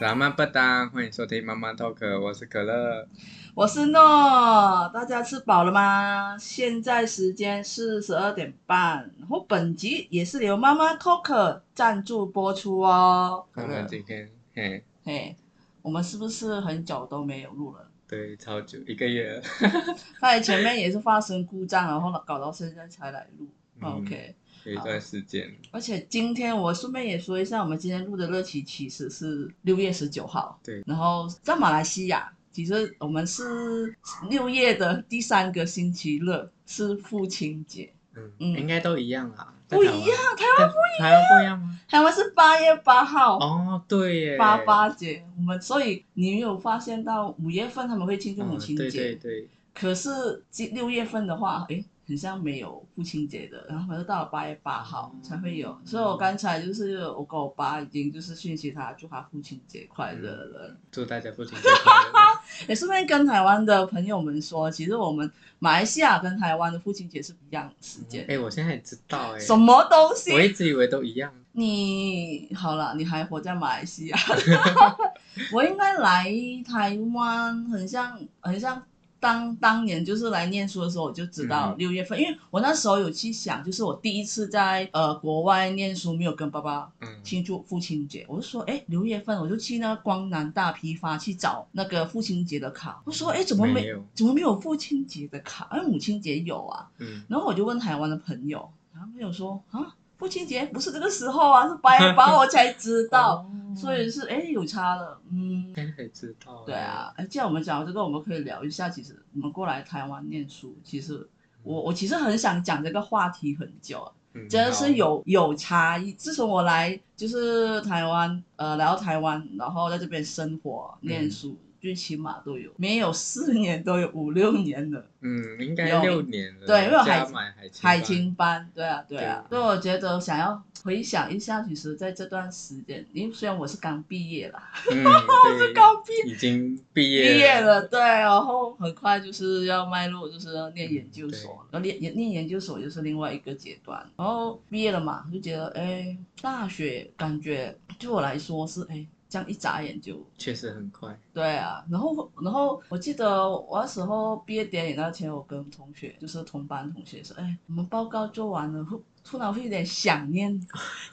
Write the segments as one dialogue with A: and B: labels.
A: 拉曼不当，欢迎收听妈妈 talk，我是可乐。
B: 我是诺，大家吃饱了吗？现在时间是十二点半，然后本集也是由妈妈 Coco 赞助播出哦。
A: 我们今天嘿，
B: 嘿，我们是不是很久都没有录了？
A: 对，超久一个月了。
B: 那前面也是发生故障，然后搞到现在才来录。哦
A: 嗯
B: OK，
A: 有一段时间，
B: 而且今天我顺便也说一下，我们今天录的日期其实是六月十九号。
A: 对
B: 然后在马来西亚，其实我们是六月的第三个星期日是父亲节。
A: 嗯，
B: 嗯
A: 应该都一样啦。
B: 不一样，台湾
A: 湾台湾不一样吗？
B: 台湾是八月八号
A: 哦，对耶，
B: 八八节，我们所以你有发现到五月份他们会庆祝母亲节，
A: 嗯对对对，
B: 可是今六月份的话，诶，很像没有父亲节的，然后反正到了八月八号才会有。所以我刚才就是我跟我爸已经就是讯息他，祝他父亲节快乐了。
A: 祝大家父亲节快乐。
B: 也顺便跟台湾的朋友们说，其实我们马来西亚跟台湾的父亲节是不一样的时间。
A: 哎，我现在也知道哎，
B: 什么东西？啊
A: 我一直以为都一样。
B: 你好了，你还活在马 来西亚， 我应该来台湾，很像很像当当年就是来念书的时候，我就知道
A: 嗯
B: 六月份，因为我那时候有去想，就是我第一次在呃国外念书，没有跟爸爸
A: 嗯，
B: 庆祝父亲节，我就说，哎，六月份我就去那光南大批发去找那个父亲节的卡，我说，哎，怎么没
A: 没有
B: 怎么没有父亲节的卡？哎，母亲节有啊，
A: 嗯，
B: 然后我就问台湾的朋友，然后朋友说啊，父亲节不是这个时候啊，是八 月八我才知道，
A: 哦
B: 所以是哎有差了，嗯，
A: 现在才知道。
B: 对，啊，哎，既然我们讲到这个，我们可以聊一下，其实你们过来台湾念书，其实我我其实很想讲这个话题很久啊，
A: 嗯
B: 真的是。有有差异。自从我来就是台湾，呃，来到台湾，然后在这边生活
A: 嗯
B: 念书。最起码都有，没有四年都有五六年了。
A: 嗯，应该
B: 有
A: 六年了。
B: 对因为我
A: 加
B: 海
A: 买海青
B: 海
A: 吧
B: 青班，对啊，对啊，
A: 对
B: 所以我觉得想要回想一下，其实在这段时间，因为虽然我是刚毕业啦，
A: 嗯，对，
B: 刚毕
A: 已经毕
B: 毕
A: 业
B: 业了，对，然后很快就是要迈入就是要
A: 嗯
B: 念研究所，然后念念念研究所就是另外一个阶段，然后毕业了嘛，就觉得哎，大学感觉对我来说是哎，这样一眨眼就
A: 确实很快。
B: 对啊，然后然后我记得我那时候毕业典礼那天，我跟同学就是同班同学说，哎，我们报告做完了，会突然会有点想念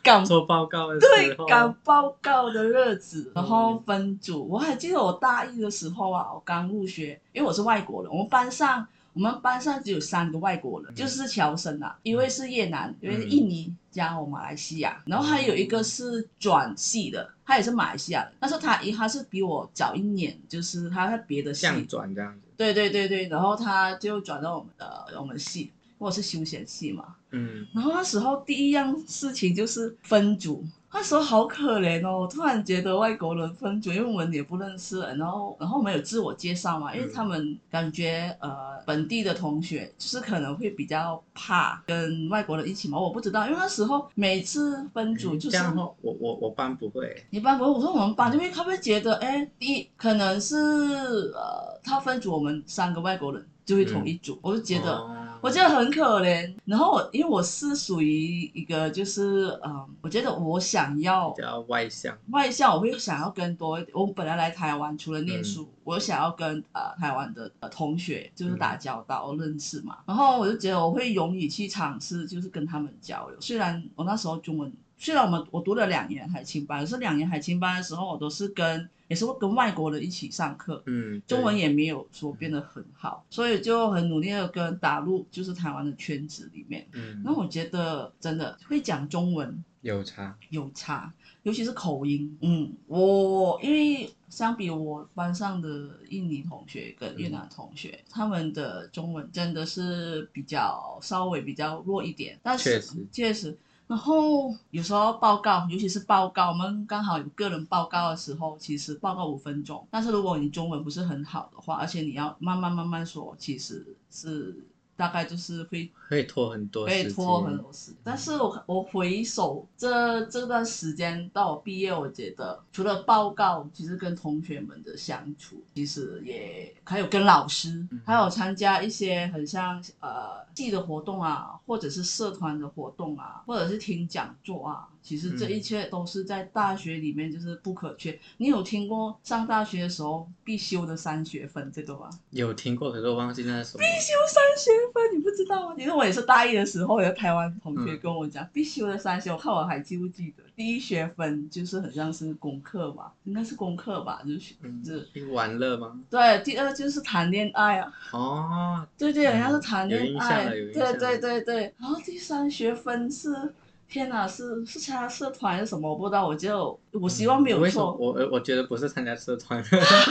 B: 赶
A: 做报告的
B: 对
A: 时候，嗯
B: 赶报告的日子，然后分组。我还记得我大一的时候啊，我刚入学，因为我是外国人，我们班上。我们班上只有三个外国
A: 嗯
B: 人，就是侨生啊，一位是越南，一位是印尼，加我马来西亚，
A: 嗯
B: 然后还有一个是转系的，他也是马来西亚人，但是他一他是比我早一年，就是他在别的系，
A: 向转这样子。
B: 对对对对，然后他就转到我们的我们系，我是休闲系嘛，
A: 嗯，
B: 哦然后那时候第一样事情就是分组，那时候好可怜哦，我突然觉得外国人分组，因为我们也不认识，然后然后我们有自我介绍嘛，因为他们感觉呃本地的同学就是可能会比较怕跟外国人一起嘛，我不知道，因为那时候每次分组就
A: 这
B: 是。
A: 样的话，我我我班不会。
B: 你班不会，我说我们班，因为他会觉得，哎，第一可能是呃，他分组我们三个外国人就会同一组，我就觉得，
A: 哦
B: 我觉得很可怜。然后我因为我是属于一个就是嗯，我觉得我想要
A: 比较外向。
B: 外向，我会想要跟多一点。我本来来台湾除了念书，我想要跟呃台湾的、呃、同学就是打交道、认识嘛。然后我就觉得我会勇于去尝试，就是跟他们交流。虽然我那时候中文，虽然我们我读了两年海青班，可是两年海青班的时候，我都是跟也是会跟外国人一起上课，
A: 嗯，对
B: 中文也没有说变得很好，所以就很努力的跟打入就是台湾的圈子里面。
A: 嗯，
B: 那我觉得真的会讲中文
A: 有差。
B: 有差，尤其是口音。嗯，我因为相比我班上的印尼同学跟越南同学，他们的中文真的是比较稍微比较弱一点，但是
A: 确实
B: 确实。然后有时候报告，尤其是报告，我们刚好有个人报告的时候，其实报告五分钟。但是如果你中文不是很好的话，而且你要慢慢慢慢说，其实是大概就是会
A: 会拖很多时
B: 被
A: 间，
B: 拖很多时，但是我我回首这这段时间到我毕业，我觉得除了报告，其实跟同学们的相处，其实也还有跟老师
A: 嗯，
B: 还有参加一些很像呃系的活动啊，或者是社团的活动啊，或者是听讲座啊，其实
A: 嗯
B: 这一切都是在大学里面就是不可缺。你有听过上大学的时候必修的三学分这个吗？
A: 有听过，可是我忘记那是什么。
B: 必修三学分，你不知道吗？其实我也是大一的时候，有台湾同学跟我讲、必修的三学，我看我还记不记得。第一学分就是很像是功课吧，应该是功课吧，就是学、
A: 嗯
B: 就是
A: 玩乐吗？
B: 对。第二就是谈恋爱啊，
A: 哦，
B: 对对，
A: 嗯
B: 好像是谈
A: 有
B: 恋
A: 印象
B: 爱，
A: 了有
B: 对
A: 印象了
B: 对对对。然后第三学分是，天哪，是是参加社团还是什么？我不知道，我就我希望没有
A: 为什么
B: 错。
A: 我呃我觉得不是参加社团，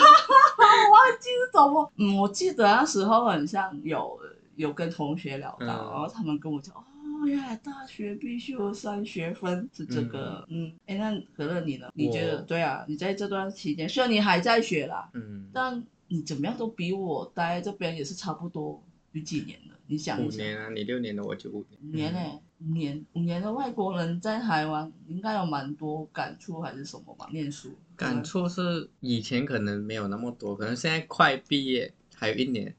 B: 我忘记是怎么，嗯，我记得那时候很像有有跟同学聊到，
A: 嗯
B: 然后他们跟我讲，哦，原来大学必修的三学分是这个，嗯，哎、那可乐你呢？你觉得
A: 我
B: 对啊？你在这段期间，虽然你还在学啦，
A: 嗯，
B: 但你怎么样都比我待这边也是差不多有几年了，你想
A: 五
B: 一想。
A: 年嗯啊，你六年的我就五年，
B: 五年呢、欸五年五年的外国人在台湾应该有蛮多感触还是什么吧？念书
A: 感触是以前可能没有那么多，可能现在快毕业还有一 年，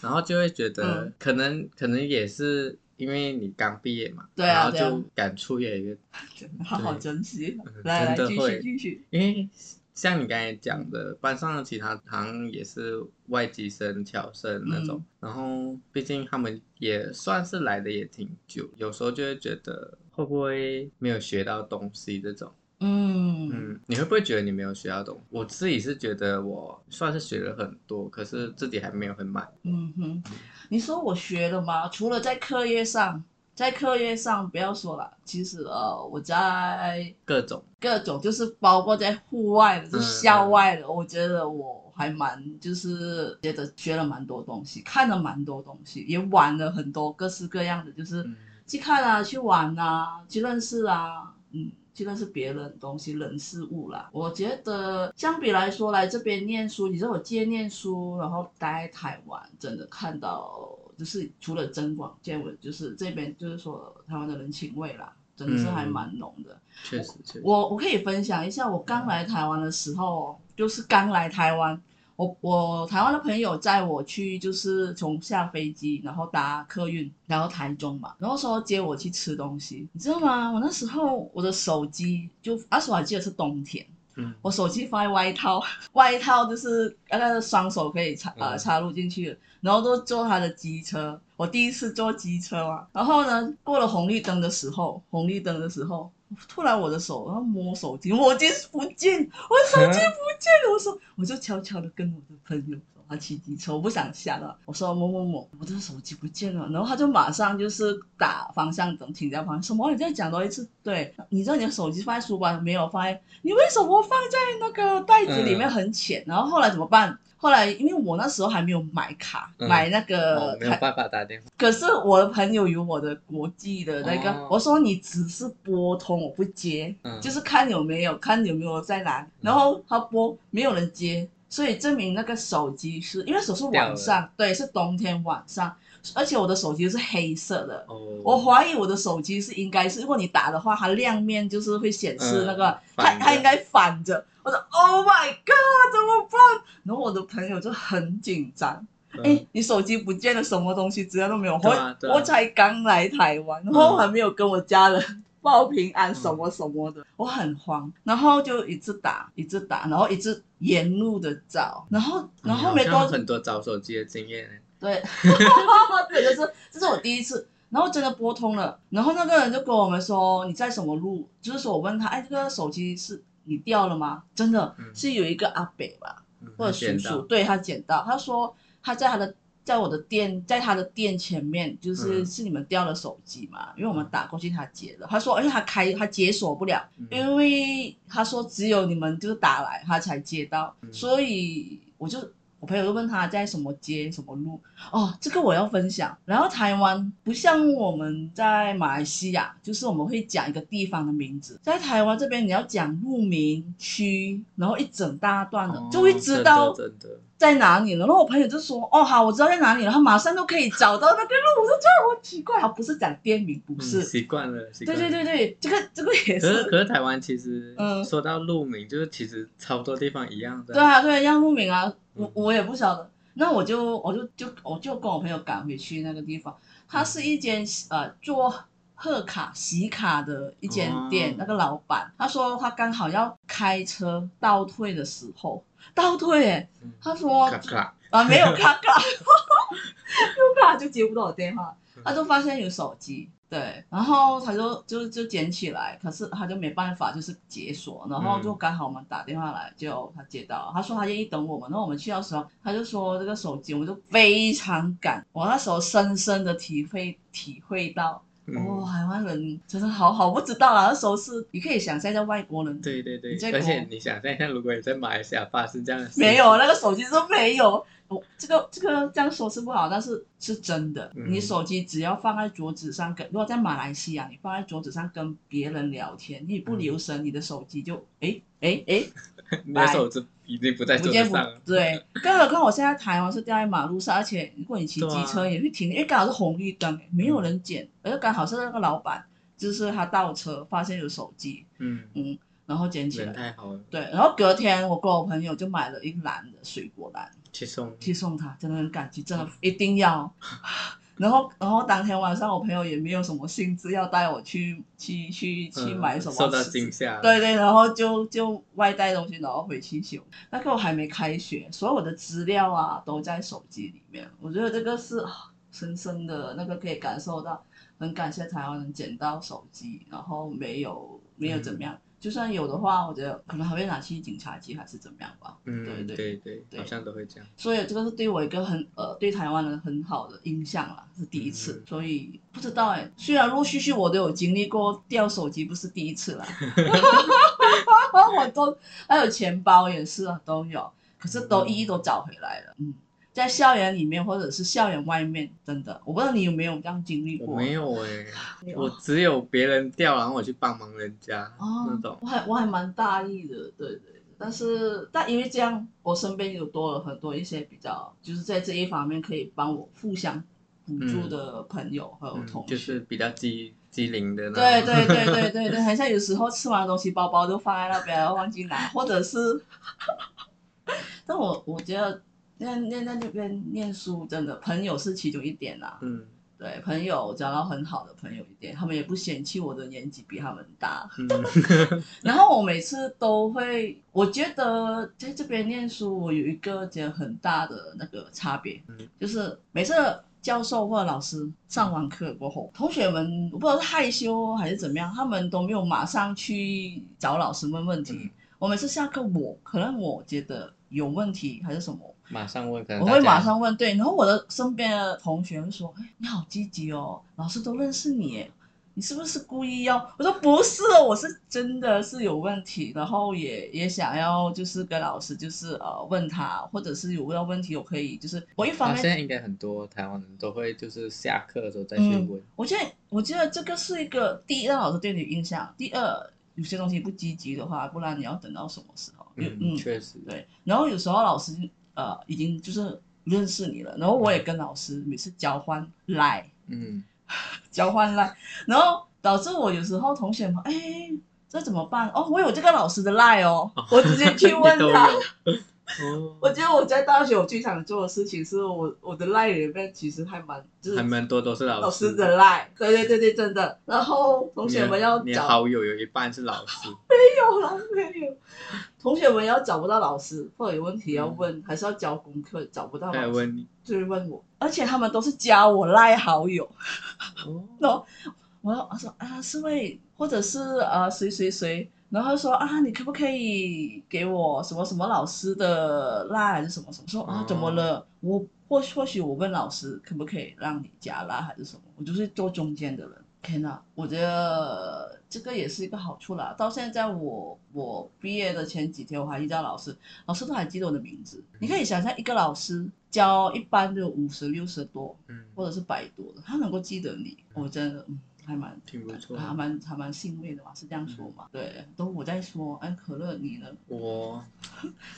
A: 然后就会觉得
B: 嗯
A: 可能可能也是因为你刚毕业嘛，
B: 对啊
A: 然后
B: 对啊
A: 就感触越来越，
B: 好好
A: 对
B: 珍惜
A: 嗯。
B: 来来，
A: 真的
B: 继续
A: 会
B: 继续。
A: 因为像你刚才
B: 嗯
A: 讲的，班上的其他好像也是外籍生、侨生那种，
B: 嗯
A: 然后毕竟他们也算是来的也挺久，有时候就会觉得会不会没有学到东西这种。
B: 嗯
A: 嗯，你会不会觉得你没有学到东西？我自己是觉得我算是学了很多，可是自己还没有很满。
B: 嗯哼，你说我学了吗？除了在课业上，在课业上不要说了，其实呃，我在
A: 各种，
B: 各种就是包括在户外的，就
A: 嗯
B: 是校外的，我觉得我还蛮就是觉得学了蛮多东西，看了蛮多东西，也玩了很多各式各样的，就是
A: 嗯
B: 去看啊，去玩啊，去认识啊，嗯。去认识别人东西、人事物啦。我觉得相比来说，来这边念书，你知道我借念书，然后待在台湾，真的看到就是除了增广见闻，就是这边就是说台湾的人情味啦，真的是还
A: 嗯
B: 蛮浓的。
A: 确实确实，
B: 我我可以分享一下，我刚来台湾的时候哦，就是刚来台湾，我我台湾的朋友载我去，就是从下飞机，然后搭客运然后台中嘛，然后说接我去吃东西，你知道吗？我那时候我的手机就那时候还记得是冬天，
A: 嗯，
B: 我手机放在外套， 外套就是那个双手可以插呃
A: 嗯
B: 插入进去的，然后都坐他的机车，我第一次坐机车嘛。然后呢，过了红绿灯的时候，红绿灯的时候，突然我的手然后摸手机，我手机不见，我手机不见了，我说我就悄悄的跟我的朋友说。他骑机车，我不想吓到。我说某某某，我的手机不见了，然后他就马上就是打方向灯，停在旁边。什么？你再讲多一次？对，你知道你的手机放在书包没有？放在你为什么放在那个袋子里面
A: 嗯
B: 很浅？然后后来怎么办？后来因为我那时候还没有买卡，
A: 嗯
B: 买那个
A: 哦，没有
B: 卡，
A: 办法打电话，
B: 可是我的朋友有我的国际的那个，
A: 哦
B: 我说你只是拨通，我不接，
A: 嗯
B: 就是看有没有，看有没有在哪里。然后他拨，没有人接，所以证明那个手机是因为手是
A: 掉
B: 晚
A: 了
B: 上，对，是冬天晚上，而且我的手机是黑色的。
A: 哦，
B: 我怀疑我的手机是应该是，如果你打的话，它亮面就是会显示那个，
A: 嗯
B: 它
A: 反
B: 它
A: 着
B: 应该反着。我说 Oh my God，怎么办？然后我的朋友就很紧张，
A: 嗯
B: 哎、你手机不见了，什么东西资料都没有。我、
A: 对啊对啊嗯
B: 我才刚来台湾，然后还没有跟我家人报平安什么什么的，我很慌。然后就一直打，一直打，然后一直沿路的找，然后然后没
A: 你哎好
B: 多
A: 像很多找手机的经验，
B: 对， 对，就是这是我第一次，然后真的拨通了，然后那个人就跟我们说你在什么路，就是说我问他，哎，这个手机是你掉了吗？真的
A: 嗯
B: 是有一个阿北吧，
A: 嗯
B: 或者叔
A: 捡
B: 叔，
A: 到，
B: 对他捡到，他说他在他的在我的店，在他的店前面，就是、
A: 嗯
B: 是你们掉了手机嘛，因为我们打过去他接了，他说而且他开他解锁不了，
A: 嗯
B: 因为他说只有你们就是打来他才接到，
A: 嗯
B: 所以我就。我朋友就问他在什么街什么路哦，这个我要分享。然后台湾不像我们在马来西亚，就是我们会讲一个地方的名字，在台湾这边你要讲路名区，然后一整大段的，
A: 哦
B: 就会知道
A: 真的，真的
B: 在哪里了。然后我朋友就说：“哦，好，我知道在哪里了。”他马上就可以找到那个路。我就觉得好奇怪，他不是讲店名，不
A: 嗯
B: 是。
A: 习惯了，习
B: 对
A: 惯
B: 对
A: 了
B: 对。对，这个这个也
A: 可是
B: 是。
A: 可是台湾其实
B: 嗯
A: 说到路名，就是其实差不多地方一样的，
B: 对啊，对啊，要路名啊，我
A: 嗯
B: 我也不晓得。那我就我就就我就跟我朋友赶回去那个地方，它是一间呃做贺卡洗卡的一间店，
A: 哦
B: 那个老板他说他刚好要开车倒退的时候倒退、欸，
A: 嗯
B: 他说
A: 咔咔，
B: 啊，没有卡卡， 有卡就接不到我电话，他就发现有手机，对，然后他就就就捡起来，可是他就没办法，就是解锁，然后就刚好我们打电话来，就他接到了，他说他愿意等我们，然后我们去到时候，他就说这个手机，我们就非常赶，我那时候深深的体会体会到，哦，
A: 嗯，
B: 台湾人真的好好，我不知道啊啦，那时候是你可以想象一下外国人
A: 对对对
B: 你在，
A: 而且
B: 国
A: 你想象一下，如果你在马来西亚发生这样的事，
B: 没有，那啊个手机都没有。我这个这个这样说是不好，但是是真的。
A: 嗯
B: 你手机只要放在桌子上，跟如果在马来西亚，你放在桌子上跟别人聊天，你不留神，你的手机就诶诶诶，
A: 你的手指已经嗯哎不在
B: 哎不
A: 桌
B: 见
A: 子
B: 不
A: 上了，
B: 对。更何况我现在台湾是掉在马路上，而且如果你骑
A: 对啊
B: 机车也会停，因为刚好是红绿灯，没有人捡，而且刚好是那个老板，就是他倒车发现有手机，
A: 嗯，
B: 然后捡起
A: 人
B: 来。
A: 太好了，
B: 对，然后隔天我跟我朋友就买了一篮的水果篮。
A: 去送，
B: 去送他，真的很感激，真
A: 嗯
B: 的一定要。 然后，然后当天晚上，我朋友也没有什么兴致要带我去去去去
A: 嗯
B: 买什么
A: 受到
B: 吃
A: 惊吓，
B: 对对，然后就就外带东西，然后回去修。那个我还没开学，所有的资料啊都在手机里面。我觉得这个是啊深深的那个可以感受到，很感谢台湾能捡到手机，然后没有没有怎么
A: 嗯
B: 样。就算有的话，我觉得可能还会拿去警察局还是怎么样吧。对
A: 嗯，
B: 对
A: 对对，
B: 对
A: 好像都会这样，
B: 所以这个是对我一个很呃对台湾人很好的印象啦，是第一次，
A: 嗯
B: 所以不知道哎、虽然陆陆续续我都有经历过掉手机，不是第 一次啦， 我都还有钱包也是啊，都有，可是
A: 嗯
B: 都一一都找回来了，嗯。在校园里面或者是校园外面，真的，我不知道你有没有这样经历
A: 我
B: 过。啊
A: 没有哎，
B: 没有
A: 我只有别人掉，然后我去帮忙人家那
B: 哦，
A: 种，
B: 我还我还蛮大意的，对对对。但是但因为这样，我身边有多了很多一些比较，就是在这一方面可以帮我互相补助的朋友和
A: 嗯
B: 同学。
A: 就是比较机机灵的那
B: 对
A: 种，
B: 对对对对对， 很像有时候吃完东西包包就放在那边，然后忘记拿，或者是， 但我我觉得那那那那边念书真的朋友是其中一点啦、
A: 嗯
B: 对朋友交到很好的朋友一点，他们也不嫌弃我的年纪比他们大，
A: 嗯。
B: 然后我每次都会，我觉得在这边念书，我有一个觉得很大的那个差别，
A: 嗯
B: 就是每次教授或者老师上完课过后，同学们我不知道是害羞还是怎么样，他们都没有马上去找老师问问题。
A: 嗯
B: 我每次下课我，可能我觉得有问题还是什么，
A: 马上问，可能
B: 我
A: 大
B: 会
A: 家啊
B: 马上问对，然后我的身边的同学会说：“哎，你好积极哦，老师都认识你耶，你是不是故意要？”我说：“不是哦，我是真的是有问题，然后也也想要就是跟老师就是呃问他，或者是有遇到问题我可以就是我一方
A: 啊，
B: 面
A: 现在应该很多台湾人都会，就是下课的时候再去问。
B: 我觉得，我觉得这个是一个第一让老师对你有印象，第二有些东西不积极的话，不然你要等到什么时候？有嗯
A: 确实，
B: 对，然后有时候老师呃已经就是认识你了，然后我也跟老师每次交换赖
A: 嗯，
B: 交换赖，然后导致我有时候同学们哎这怎么办？哦，我有这个老师的赖哦， 我直接 去问
A: 你都有
B: 他。
A: 哦，
B: 我觉得我在大学我最想做的事情是我我的赖里面其实还蛮就是
A: 还蛮多都是
B: 老
A: 老
B: 师
A: 师
B: 的赖，对对对对，真的。然后同
A: 你
B: 学
A: 的
B: 们要
A: 你的
B: 找
A: 好友有一半是老师，
B: 有了没有？同学们要找不到老师，或者有问题要问，还是要交功课找不到
A: 嗯他还
B: 老师，
A: 问你，
B: 就会问我。而且他们都是加我赖好友，
A: 哦，
B: 然后我要我说啊，是为或者是呃谁谁谁，然后他说啊，你可不可以给我什么什么老师的赖还是什么什么？说啊
A: 哦，
B: 怎么了？我或或许我问老师可不可以让你加赖还是什么？我就是做中间的人。天呐，我觉得这个也是一个好处啦。到现在我我毕业的前几天，我还遇到老师，老师都还记得我的名字。你可以想象一个老师教一般的五十六十多，
A: 嗯，
B: 或者是百多的，他能够记得你，我真的嗯，还蛮
A: 挺不错的嗯
B: 还蛮还蛮欣慰的吧，是这样说嘛？对，都我在说，哎，可乐你呢？
A: 我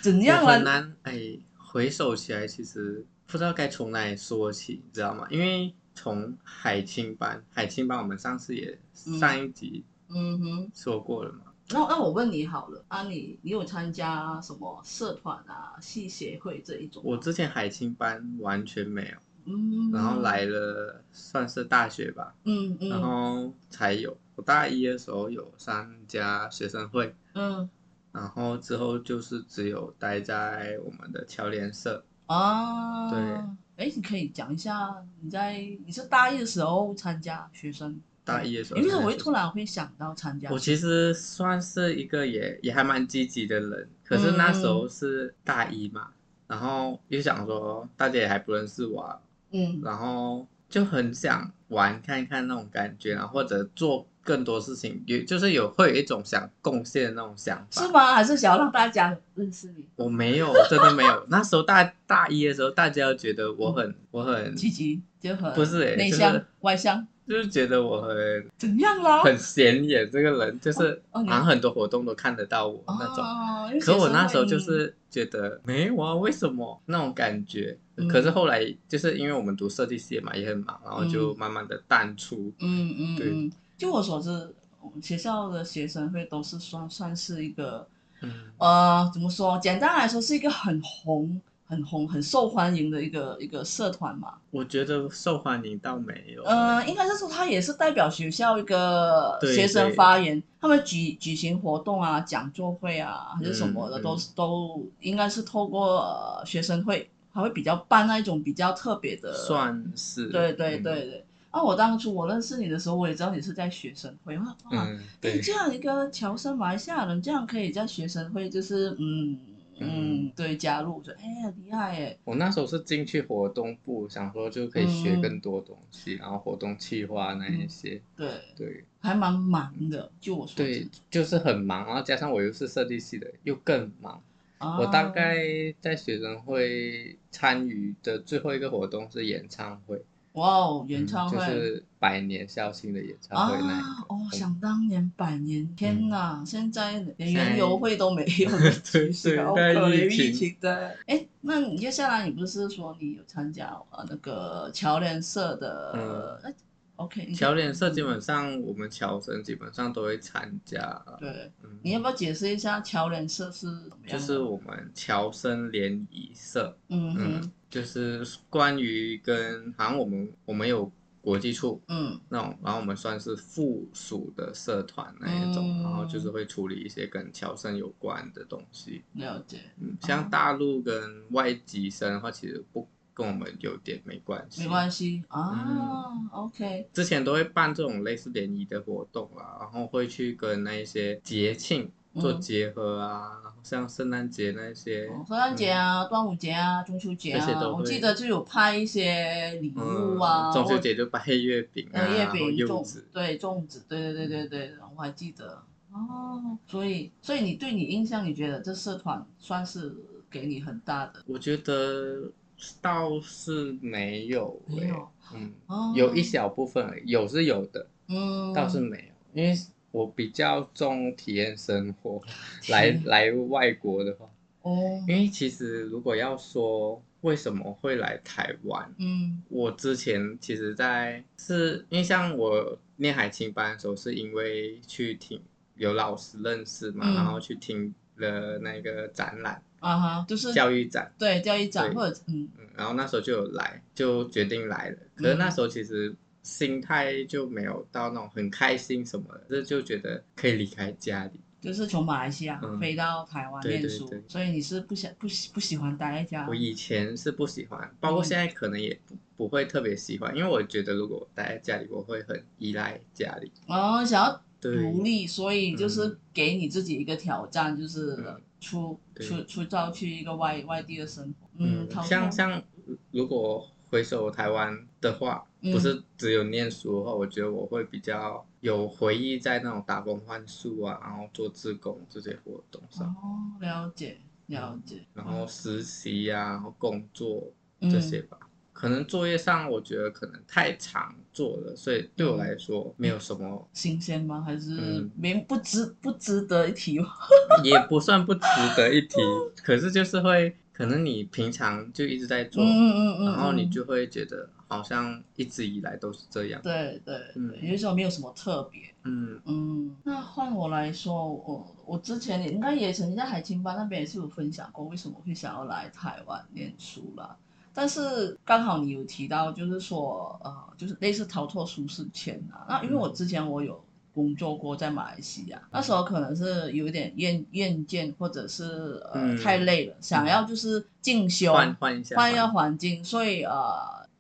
B: 怎样
A: 我很
B: 了？
A: 难哎，回首起来，其实不知道该从哪里说起，你知道吗？因为从海青班，海青班我们上次也
B: 嗯
A: 上一集
B: 嗯哼，
A: 说过了嘛，
B: 那那我问你好了，啊你你有参加什么社团啊、系协会这一种吗？
A: 我之前海青班完全没有，
B: 嗯，
A: 然后，来了算是大学吧，
B: 嗯
A: 然
B: 嗯
A: 后才有。我大一的时候有参加学生会，
B: 嗯，
A: 然后之后就是只有待在我们的侨联社。
B: 啊，
A: 对
B: 哎，你可以讲一下你在你是大一的时候参加学生，
A: 大一的时候
B: 因
A: 参加学生，
B: 为我会突然会想到参加，
A: 我其实算是一个也也还蛮积极的人，可是
B: 嗯
A: 那时候是大一嘛，然后又想说大家也还不认识我、啊，
B: 嗯
A: 然后就很想玩看看那种感觉，然后或者做更多事情，有就是有会有一种想贡献的那种想法。
B: 是？吗？还是想要让大家认识你，
A: 我没有，真的没有。那时候大大一的时候，大家都觉得我很我很
B: 积极就很
A: 不是欸
B: 嗯内
A: 就是
B: 向外向，
A: 就是觉得我很
B: 怎样啦？
A: 很显眼，这个人就是
B: 哦哦你
A: 好像很多活动都看得到我那种。
B: 哦，因为
A: 可我那
B: 学生会
A: 时候就是觉得没有啊，为什么那种感觉？
B: 嗯
A: 可是后来就是因为我们读设计系嘛，也很忙，然后就慢慢的淡出。
B: 嗯嗯
A: 对
B: 嗯，就我所知，我们学校的学生会都是算算是一个
A: 嗯，
B: 呃，怎么说？简单来说，是一个很红、很红、很受欢迎的一个一个社团嘛。
A: 我觉得受欢迎倒没有。
B: 呃，应该是说它也是代表学校一个
A: 对
B: 学生
A: 对
B: 发言，他们举举行活动啊、讲座会啊，还是什么的，
A: 嗯
B: 都是都应该是透过、呃学生会，还会比较办那一种比较特别的。
A: 算是。
B: 对对对
A: 嗯。
B: 对。啊，我当初我认识你的时候，我也知道你是在学生会，哇哇，
A: 嗯，对
B: 你，这样一个侨生马来西亚人，这样可以在学生会，就是嗯嗯
A: 嗯，
B: 对，加入，我觉得哎呀厉害哎，
A: 我那时候是进去活动部，想说就可以学
B: 嗯
A: 更多东西，然后活动企划那一些，
B: 对，
A: 对
B: 还蛮忙的，就我所
A: 对
B: 知。，
A: 就是很忙，然后加上我又是设计系的，又更忙，
B: 啊
A: 我大概在学生会参与的最后一个活动是演唱会，
B: 哇哦，演唱会、
A: 嗯就是百年校庆的演唱
B: 啊
A: 会那嗯一个。
B: 哦，想当年百年，天哪，现在连园游会都没有
A: 对，
B: 其实
A: 对
B: 好可
A: 在
B: 怜，
A: 疫情
B: 疫情的。哎，那你接下来你不是说你有参加呃那个侨联社的？哎 OK，你
A: 侨嗯联社
B: 嗯
A: 基本上我们侨生基本上都会参加，
B: 对，
A: 嗯，
B: 你要不要解释一下侨联社是怎么样的？
A: 就是我们侨生联谊社，
B: 嗯哼，
A: 就是关于跟好像我们我们有国际处，
B: 嗯
A: 那种，然后我们算是附属的社团那一种，
B: 嗯
A: 然后就是会处理一些跟侨生有关的东西。
B: 了解，
A: 嗯，像大陆跟外籍生的话，其实不跟我们有点没关系。
B: 没关系啊、o
A: 嗯
B: k
A: 之前都会办这种类似联谊的活动啦，然后会去跟那一些节庆做
B: 嗯
A: 结合啊，然后像圣诞节那一些，
B: 哦圣诞节啊、端午节啊、中秋节
A: 这些
B: 啊，
A: 都会
B: 我记得就有拍一些礼
A: 嗯，
B: 物啊，
A: 中秋
B: 或
A: 节就把黑月饼啊，
B: 呃月
A: 然后
B: 饼、
A: 柚
B: 粽
A: 子，
B: 对粽子，对对对对对，我还记得哦。所以，所以你对你印象，你觉得这社团算是给你很大的
A: 我觉得倒是没有、欸，
B: 没有？
A: 嗯。
B: 哦，
A: 有一小部分而已有是有的，
B: 嗯
A: 倒是没有，因为我比较重体验生 活。来
B: 体验
A: 来外国的话，
B: 哦，
A: 因为其实如果要说为什么会来台湾，
B: 嗯
A: 我之前其实在是因为像我念海青班的时候，是因为去听有老师认识嘛，
B: 嗯
A: 然后去听了那个展览
B: 啊哈，就是
A: 教育展。
B: 对教育长
A: 对
B: 或者嗯
A: 嗯，然后那时候就有来，就决定来了。可是那时候其实心态就没有到那种很开心什么的，这就觉得可以离开家里。
B: 就是从马来西亚
A: 嗯
B: 飞到台湾
A: 对
B: 念
A: 对
B: 书，
A: 对
B: 所以你是不想不喜不喜欢待在家
A: 我。以前是不喜欢，包括现在可能也不不会特别喜欢，因为我觉得如果我待在家里，我会很依赖家里。
B: 哦，想要
A: 对，
B: 独立，所以就是
A: 嗯
B: 给你自己一个挑战，就是
A: 嗯
B: 出
A: 对
B: 出出照去一个外外地的生活。
A: 嗯，
B: 淘
A: 像
B: 汰
A: 像如果回首台湾的话，
B: 嗯
A: 不是只有念书的话，我觉得我会比较有回忆在那种打工换宿啊，然后做志工这些活动上。
B: 哦，了解了解。
A: 嗯然后实习呀、然后工作
B: 嗯，
A: 这些吧。可能作业上，我觉得可能太常做了，所以对我来说没有什么
B: 新鲜吗？还是
A: 嗯
B: 没不值不值得一提吗？
A: 也不算不值得一提。
B: 嗯
A: 可是就是会，可能你平常就一直在做，
B: 嗯嗯
A: 然后你
B: 嗯
A: 就会觉得好像一直以来都是这样。
B: 对对
A: 嗯
B: 对，有的时候没有什么特别。
A: 嗯
B: 嗯，那换我来说，我我之前也应该也曾经在海青班那边也是有分享过，为什么会想要来台湾念书啦。但是刚好你有提到，就是说呃，就是类似逃脱舒适圈啊。那因
A: 嗯
B: 为我之前我有工作过在马来西亚，那时候可能是有一点厌厌倦，或者是呃、
A: 嗯
B: 太累了，想要就是进修，
A: 换换一下，
B: 换一个环境，所以呃，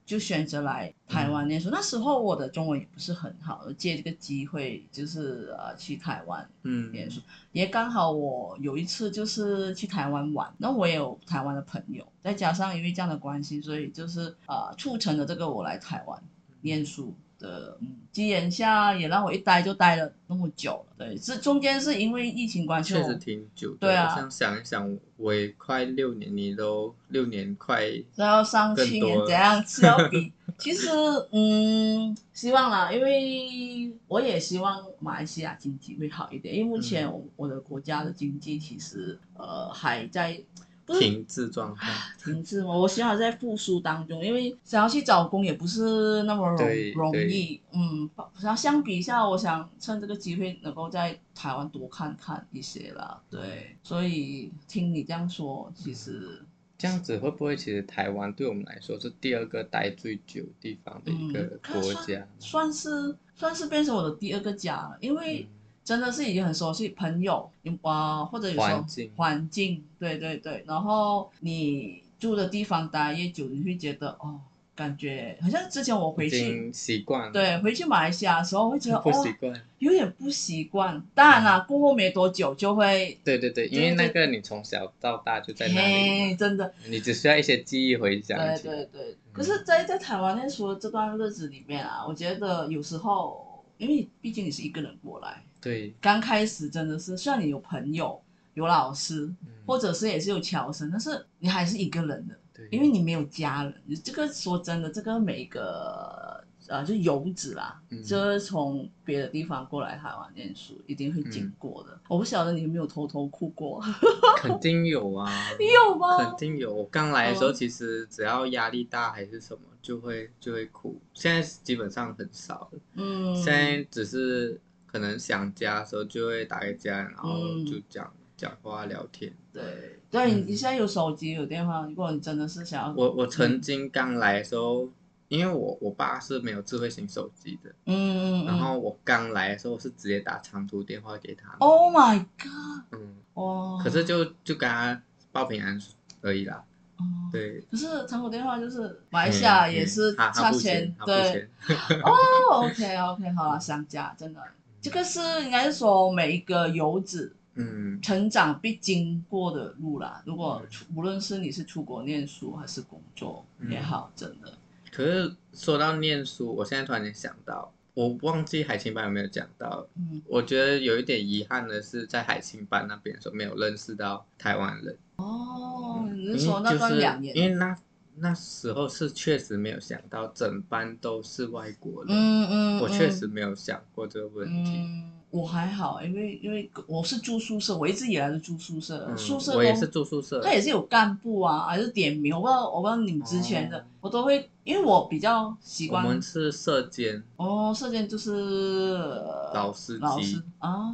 B: 就选择来台
A: 嗯
B: 湾念书。那时候我的中文也不是很好，借这个机会就是呃去台湾
A: 嗯
B: 念书，也刚好我有一次就是去台湾玩，那我也有台湾的朋友，再加上因为这样的关系，所以就是呃促成了这个我来台湾念书。的嗯，机缘下也让我一待就待了那么久了，对，是中间是因为疫情关系，
A: 确
B: 我
A: 实挺久的。
B: 对啊
A: 我想想一想，我也快六年，你都六年快，
B: 然后上去
A: 更多
B: 年
A: 了
B: 怎样是 要比？其实，嗯，希望啦，因为我也希望马来西亚经济会好一点，因为目前
A: 嗯
B: 我我的国家的经济其实呃还在不是
A: 停滞状态。
B: 停滞嘛，我希望在复苏当中，因为想要去找工也不是那么容
A: 对
B: 容
A: 对
B: 易，嗯，然后相比一下，我想趁这个机会能够在台湾多看看一些啦，对，所以听你这样说，其实。
A: 这样子会不会其实台湾对我们来说是第二个待最久地方的一个
B: 嗯，它
A: 国家？
B: 算算是算是变成我的第二个家了，因为
A: 嗯
B: 真的是已经很熟悉朋友，啊、或者有时候
A: 环境
B: 环境，对对对，然后你住的地方待越久，你会觉得哦，感觉好像之前我回
A: 已
B: 去。
A: 经习惯了，
B: 对， 回去马来西亚的时候，我会觉得
A: 不嗯习
B: 哦，
A: 惯。
B: 有点不习惯。当然啦，过后没多久就会，
A: 对对对，因为那个你从小到大就在那里
B: 嘿
A: 嘛，，
B: 真的，
A: 你只需要一些记忆回想
B: 对
A: 起来。
B: 对对，可是在，在台湾念书的这段日子里面啊，我觉得有时候，因为毕竟你是一个人过来，
A: 对，
B: 刚开始真的是，虽然你有朋友、有老师，
A: 嗯
B: 或者是也是有侨生，但是你还是一个人的，
A: 对，
B: 因为你没有家人。你这个说真的，这个每一个呃，就游子啦，
A: 嗯
B: 就是从别的地方过来台湾念书，一定会
A: 嗯
B: 经过的。我不晓得你有没有偷偷哭过，
A: 肯定有啊，
B: 你有吗
A: 肯？定有。我刚来的时候，
B: 嗯
A: 其实只要压力大还是什么，就会就会哭。现在基本上很少了，
B: 嗯，
A: 现在只是可能想家的时候就会打给家人，然后
B: 嗯
A: 就讲、讲话聊天。
B: 对对，你
A: 嗯
B: 你现在有手机有电话，如果你真的是想要，
A: 我我曾经刚来的时候，因为我我爸是没有智慧型手机的，
B: 嗯嗯嗯，
A: 然后我刚来的时候是直接打长途电话给他。
B: Oh my God，
A: 嗯，
B: 哇！
A: 可是就就跟他报平安而已啦。
B: 哦，
A: 对，
B: 可是长途电话就是马来西亚也是
A: 嗯他他
B: 差
A: 付
B: 钱
A: 钱，，他付
B: 对
A: 钱，
B: 哦，OK OK，好了，商家真的，这个是应该是说每一个游子
A: 嗯。
B: 成长必经过的路啦。如果
A: 嗯
B: 出无论是你是出国念书还是工作
A: 嗯
B: 也好，真的，
A: 可是说到念书，我现在突然间想到，我忘记海青班有没有讲到。
B: 嗯，
A: 我觉得有一点遗憾的是，在海青班那边的时候没有认识到台湾人。
B: 哦，你
A: 因为
B: 是说那
A: 就
B: 段
A: 是
B: 两年
A: 嗯因？为那那时候是确实没有想到整班都是外国人，
B: 嗯嗯，
A: 我确
B: 嗯
A: 实没有想过这个问题。
B: 嗯，我还好，因为因为我是住宿舍，我一直以来是住宿舍，
A: 嗯
B: 宿舍
A: 我也
B: 都
A: 是住宿舍，
B: 他也是有干部啊，还是点名，我不知道我不知道你们之前的，
A: 哦
B: 我都会，因为我比较习
A: 我
B: 惯
A: 们是射监
B: 哦，射箭就是呃
A: 老司
B: 老师
A: 机，
B: 啊，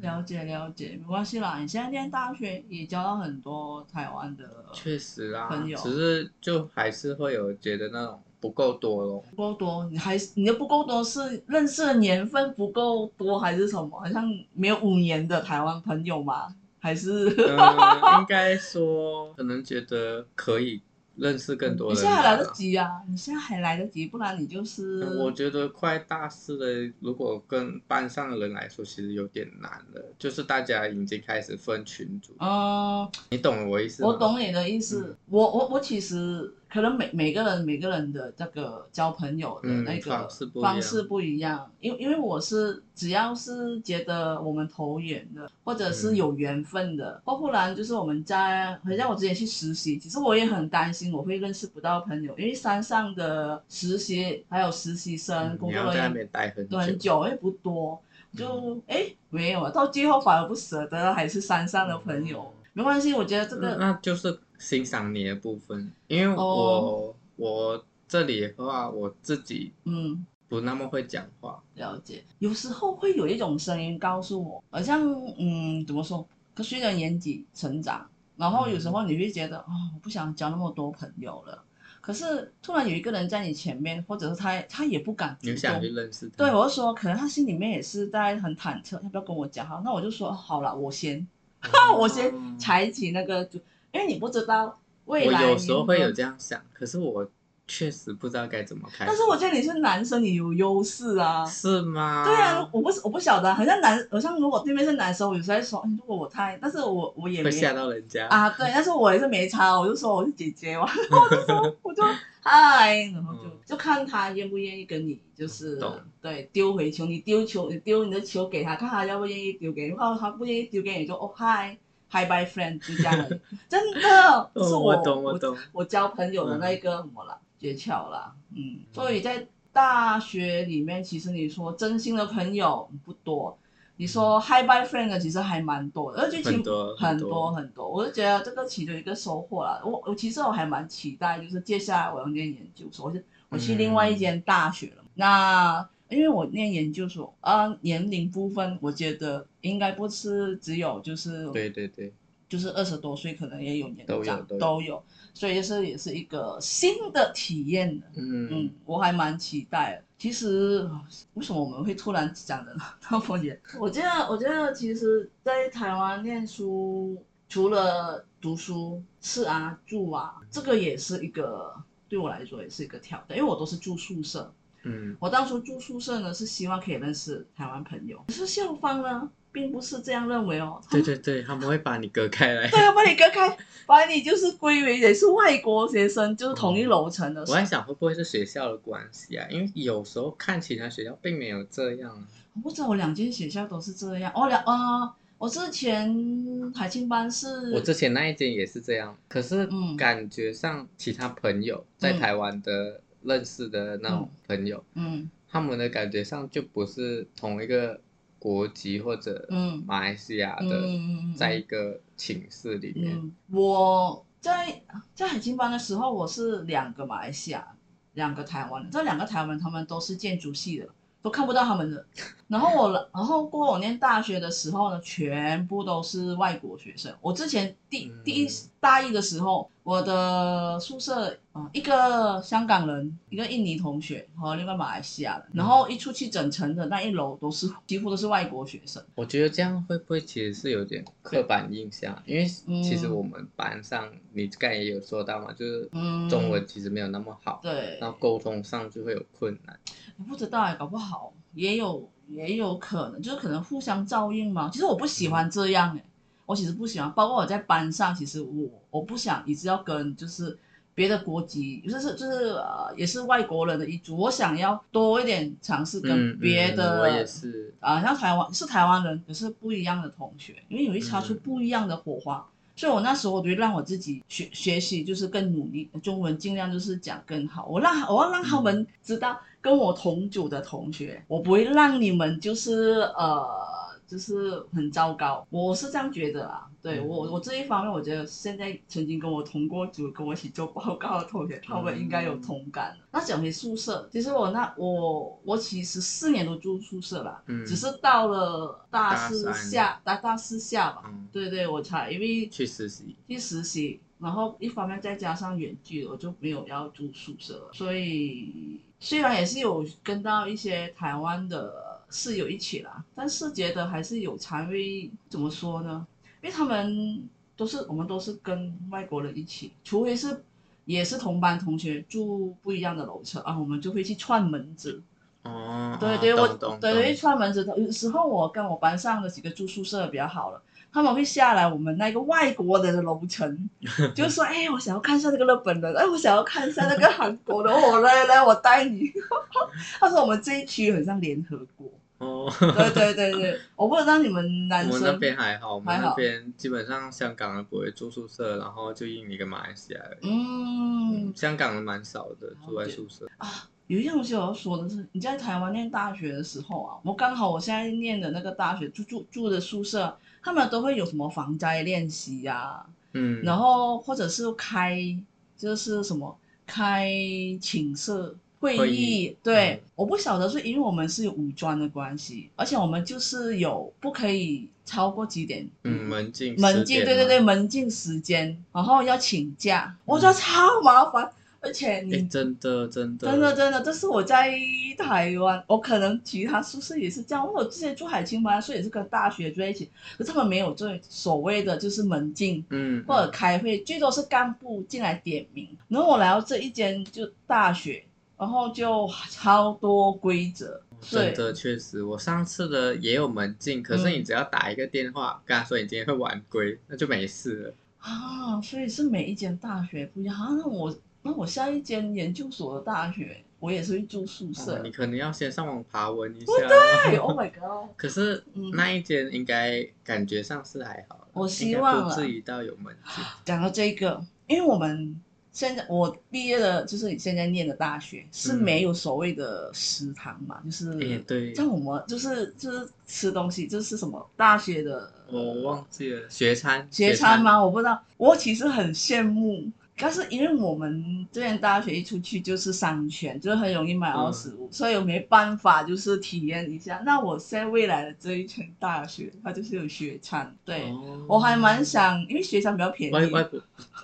B: 了解了解，没关系啦，你现在念大学也交到很多台湾的，
A: 确实啊
B: 朋，友
A: 只是就还是会有觉得那种不够多 咯。
B: 不够多，你还是你的不够多是认识的年份不够多还是什么？好像没有五年的台湾朋友吗？还是？
A: 嗯，应该说，可能觉得可以认识更多
B: 你
A: 人
B: 现在还来得
A: 吧。
B: 及啊！你现在还来得及，不然你就是
A: 我觉得快大四了，如果跟班上的人来说，其实有点难了。就是大家已经开始分群组，
B: 嗯，
A: 你懂我意思吗？
B: 我。懂你的意思。
A: 嗯
B: 我我我其实可能每每个人每个人的那个交朋友的
A: 嗯
B: 那个
A: 方式不一样
B: 方式不一样，因为因为我是只要是觉得我们投缘的，或者是
A: 嗯
B: 有缘分的，或不然就是我们在，好像我之前去实习，其实我也很担心我会认识不到朋友，因为山上的实习还有实习生、
A: 嗯
B: 工
A: 你
B: 作
A: 要在那
B: 人员
A: 边嗯待很
B: 都很
A: 久，
B: 久，也不多。就哎、诶没有啊，到最后反而不舍得，还是山上的朋
A: 嗯
B: 友，没关系，我觉得这个
A: 那那就是欣赏你的部分。因为我、
B: 哦
A: 我这里的话，我自己
B: 嗯，
A: 不那么会讲话，
B: 了解。有时候会有一种声音告诉我，好像嗯，怎么说？可随着年纪成长，然后有时候你会觉得，哦，我不想交那么多朋友了。可是突然有一个人在你前面，或者是他他也不敢主
A: 你想去
B: 动。
A: 认识他，
B: 对，我就说，可能他心里面也是在很忐忑，要不要跟我讲哈？那我就说好了，我先，
A: 哦，
B: 我先采取那个主，因为你不知道未
A: 我
B: 来。
A: 有时候会有这样想，可是我确实不知道该怎么开始。
B: 但是我觉得你是男生，你有优势啊。
A: 是吗？
B: 对啊，，我不是我不晓得，好像男，好像如果对面是男生，我有时候在说，嗯如果我太，但是我我也
A: 会
B: 没
A: 吓到人家。
B: 啊，对，但是我也是没差，我就说我是姐 姐嘛，然后我就说我就嗨，然后就
A: 嗯
B: 就看他愿不愿意跟你就是
A: 懂
B: 对丢回球，你丢球，你丢你的球给他，看他要不愿意丢给你，如果他不愿意丢给你，就哦嗨嗨 bye friend 就这样而 已，真的，这
A: 哦
B: 是
A: 我懂，
B: 我
A: 懂。
B: 我交朋友的
A: 嗯
B: 那个什么啦，诀窍啦，嗯，所以在大学里面，其实你说真心的朋友不多，你说 hi bye friend 的其实还蛮多的，而且其
A: 嗯
B: 实
A: 很多
B: 很
A: 很
B: 多
A: 多
B: 很多，我就觉得这个其中一个收获啦。我我其实我还蛮期待，就是接下来我要念研究所，我就我去另外一间大学了，那。因为我念研究所，啊、年龄部分我觉得应该不是只有就是
A: 对对对，
B: 就是二十多岁可能也有年
A: 都有
B: 长
A: 都有
B: 有，所以就是也是一个新的体验的。
A: 嗯
B: 嗯，我还蛮期待的。其实啊为什么我们会突然讲的 那么远？我觉得，我觉得其实，在台湾念书，除了读书、吃啊、住啊，这个也是一个对我来说也是一个挑战，因为我都是住宿舍，
A: 嗯，
B: 我当初住宿舍呢，是希望可以认识台湾朋友，可是校方呢，并不是这样认为哦。
A: 对对对，他们会把你隔开来。
B: 对啊，把你隔开，把你就是归为也是外国学生，就是同一楼层 的。
A: 我在想会不会是学校的关系啊？因为有时候看其他学校并没有这样啊。
B: 我不知道我两间学校都是这样。哦，两呃，我之前海青班是，
A: 我之前那一间也是这样，可是
B: 嗯
A: 感觉上其他朋友在台湾的认识的那种朋友，
B: 嗯
A: 他们的感觉上就不是同一个国籍或者
B: 嗯
A: 马来西亚
B: 嗯
A: 的，
B: 嗯嗯，
A: 在一个寝室里面。
B: 嗯，我在在海青班的时候，我是两个马来西亚，两个台湾人。这两个台湾人他们都是建筑系的，都看不到他们的。然后我，然后过我念大学的时候呢，全部都是外国学生。我之前第
A: 嗯
B: 第一大一的时候，我的宿舍啊、呃一个香港人，一个印尼同学和另外马来西亚人。然后一出去整层的那一楼都是几乎都是外国学生。
A: 我觉得这样会不会其实是有点刻板印象？因为
B: 嗯
A: 其实我们班上，你刚才也有说到嘛，就是
B: 嗯
A: 中文其实没有那么好，
B: 对，
A: 然后沟通上就会有困难。
B: 我不知道哎，搞不好也有也有可能，就是可能互相照应嘛。其实我不喜欢这样哎，我其实不喜欢，包括我在班上，其实我我不想一直要跟就是别的国籍，就是就是呃也是外国人的一组，我想要多一点尝试
A: 嗯，
B: 跟别
A: 嗯
B: 的、
A: 我也是，
B: 啊，像台湾是台湾人，可是不一样的同学，因为你会擦出
A: 嗯
B: 不一样的火花。所以我那时候我就让我自己学学习，就是更努力，中文尽量就是讲更好。我让我要让他们知道，跟我同组的同学，我不会让你们就是呃。就是很糟糕，我是这样觉得啦。对
A: 嗯
B: 我，我这一方面，我觉得现在曾经跟我同过组、跟我一起做报告的同学，他们应该有
A: 嗯
B: 同感。那讲回宿舍，其实我那我我其实四年都住宿舍啦，
A: 嗯，
B: 只是到了大四
A: 大三
B: 下，大大四下吧，
A: 嗯
B: 对对，我才因为
A: 去实习，
B: 去实习，然后一方面再加上远距，我就没有要住宿舍了，所以虽然也是有跟到一些台湾的室友一起啦，但是觉得还是有差，因为怎么说呢？因为他们都是我们都是跟外国人一起，除非是也是同班同学住不一样的楼层啊，我们就会去串门子。
A: 哦，
B: 对
A: 哦
B: 对，我
A: 懂懂
B: 对对，一
A: 懂
B: 串门子，有时候我跟我班上的几个住宿舍比较好了，他们会下来我们那个外国人的楼 层，就说：“哎，我想要看一下那个日本人，哎，我想要看一下那个韩国的，我来来，我带你。” 他说我们这一区很像联合国。
A: 哦，
B: 对对对对，我不知道你们男
A: 我们那
B: 生，
A: 边还好，我们
B: 还
A: 那
B: 好
A: 边基本上香港人不会住宿舍，然后就印尼跟马来西亚而已。
B: 嗯
A: 嗯，，香港人蛮少的，
B: 了
A: 住在
B: 解
A: 宿舍。
B: 有一件东西我要说的是，你在台湾念大学的时候啊，我刚好我现在念的那个大学住住住的宿舍，他们都会有什么防灾练习啊呀、
A: 嗯，
B: 然后或者是开就是什么开寝室会议，
A: 会议
B: 对，
A: 嗯
B: 我不晓得是因为我们是有武装的关系，而且我们就是有不可以超过几点，
A: 嗯，门禁
B: 门
A: 10
B: 禁，
A: 点
B: 对对对，
A: 嘛，
B: 门禁时间，然后要请假，我觉得超麻烦。而且你
A: 哎，真的真的
B: 真的真的，这是我在台湾，我可能其他宿舍也是这样。我之前住海青班，所以也是跟大学住在一起，可是他们没有这所谓的就是门禁
A: 嗯，
B: 或者开会，最多是干部进来点名。然后我来到这一间就大学，然后就超多规则，对
A: 真的确实，我上次的也有门禁，可是
B: 嗯
A: 你只要打一个电话，跟他说你今天会晚归，那就没事了。
B: 啊，所以是每一间大学不一样。啊、那我那我下一间研究所的大学，我也是会住宿舍。
A: 哦你可能要先上网爬文一下。
B: 哎，Oh my god！
A: 可是
B: 嗯
A: 那一间应该感觉上是还好啦，
B: 我希
A: 应该
B: 望
A: 不
B: 啦啊
A: 至于到有门禁。
B: 讲到这个，因为我们现在我毕业的，就是你现在念的大学是
A: 嗯
B: 没有所谓的食堂嘛，就是、
A: 哎、对，
B: 像我们就是就是吃东西，就是什么大学的
A: 我忘记了学餐，
B: 呃学餐？吗？我不知道，我其实很羡慕。但是因为我们这边大学一出去就是商圈，就是很容易买到食物，所以我没办法就是体验一下。那我现在未来的这一圈大学，它就是有学餐，对、
A: 哦
B: 我还蛮想，因为学餐比较便宜。
A: 外外国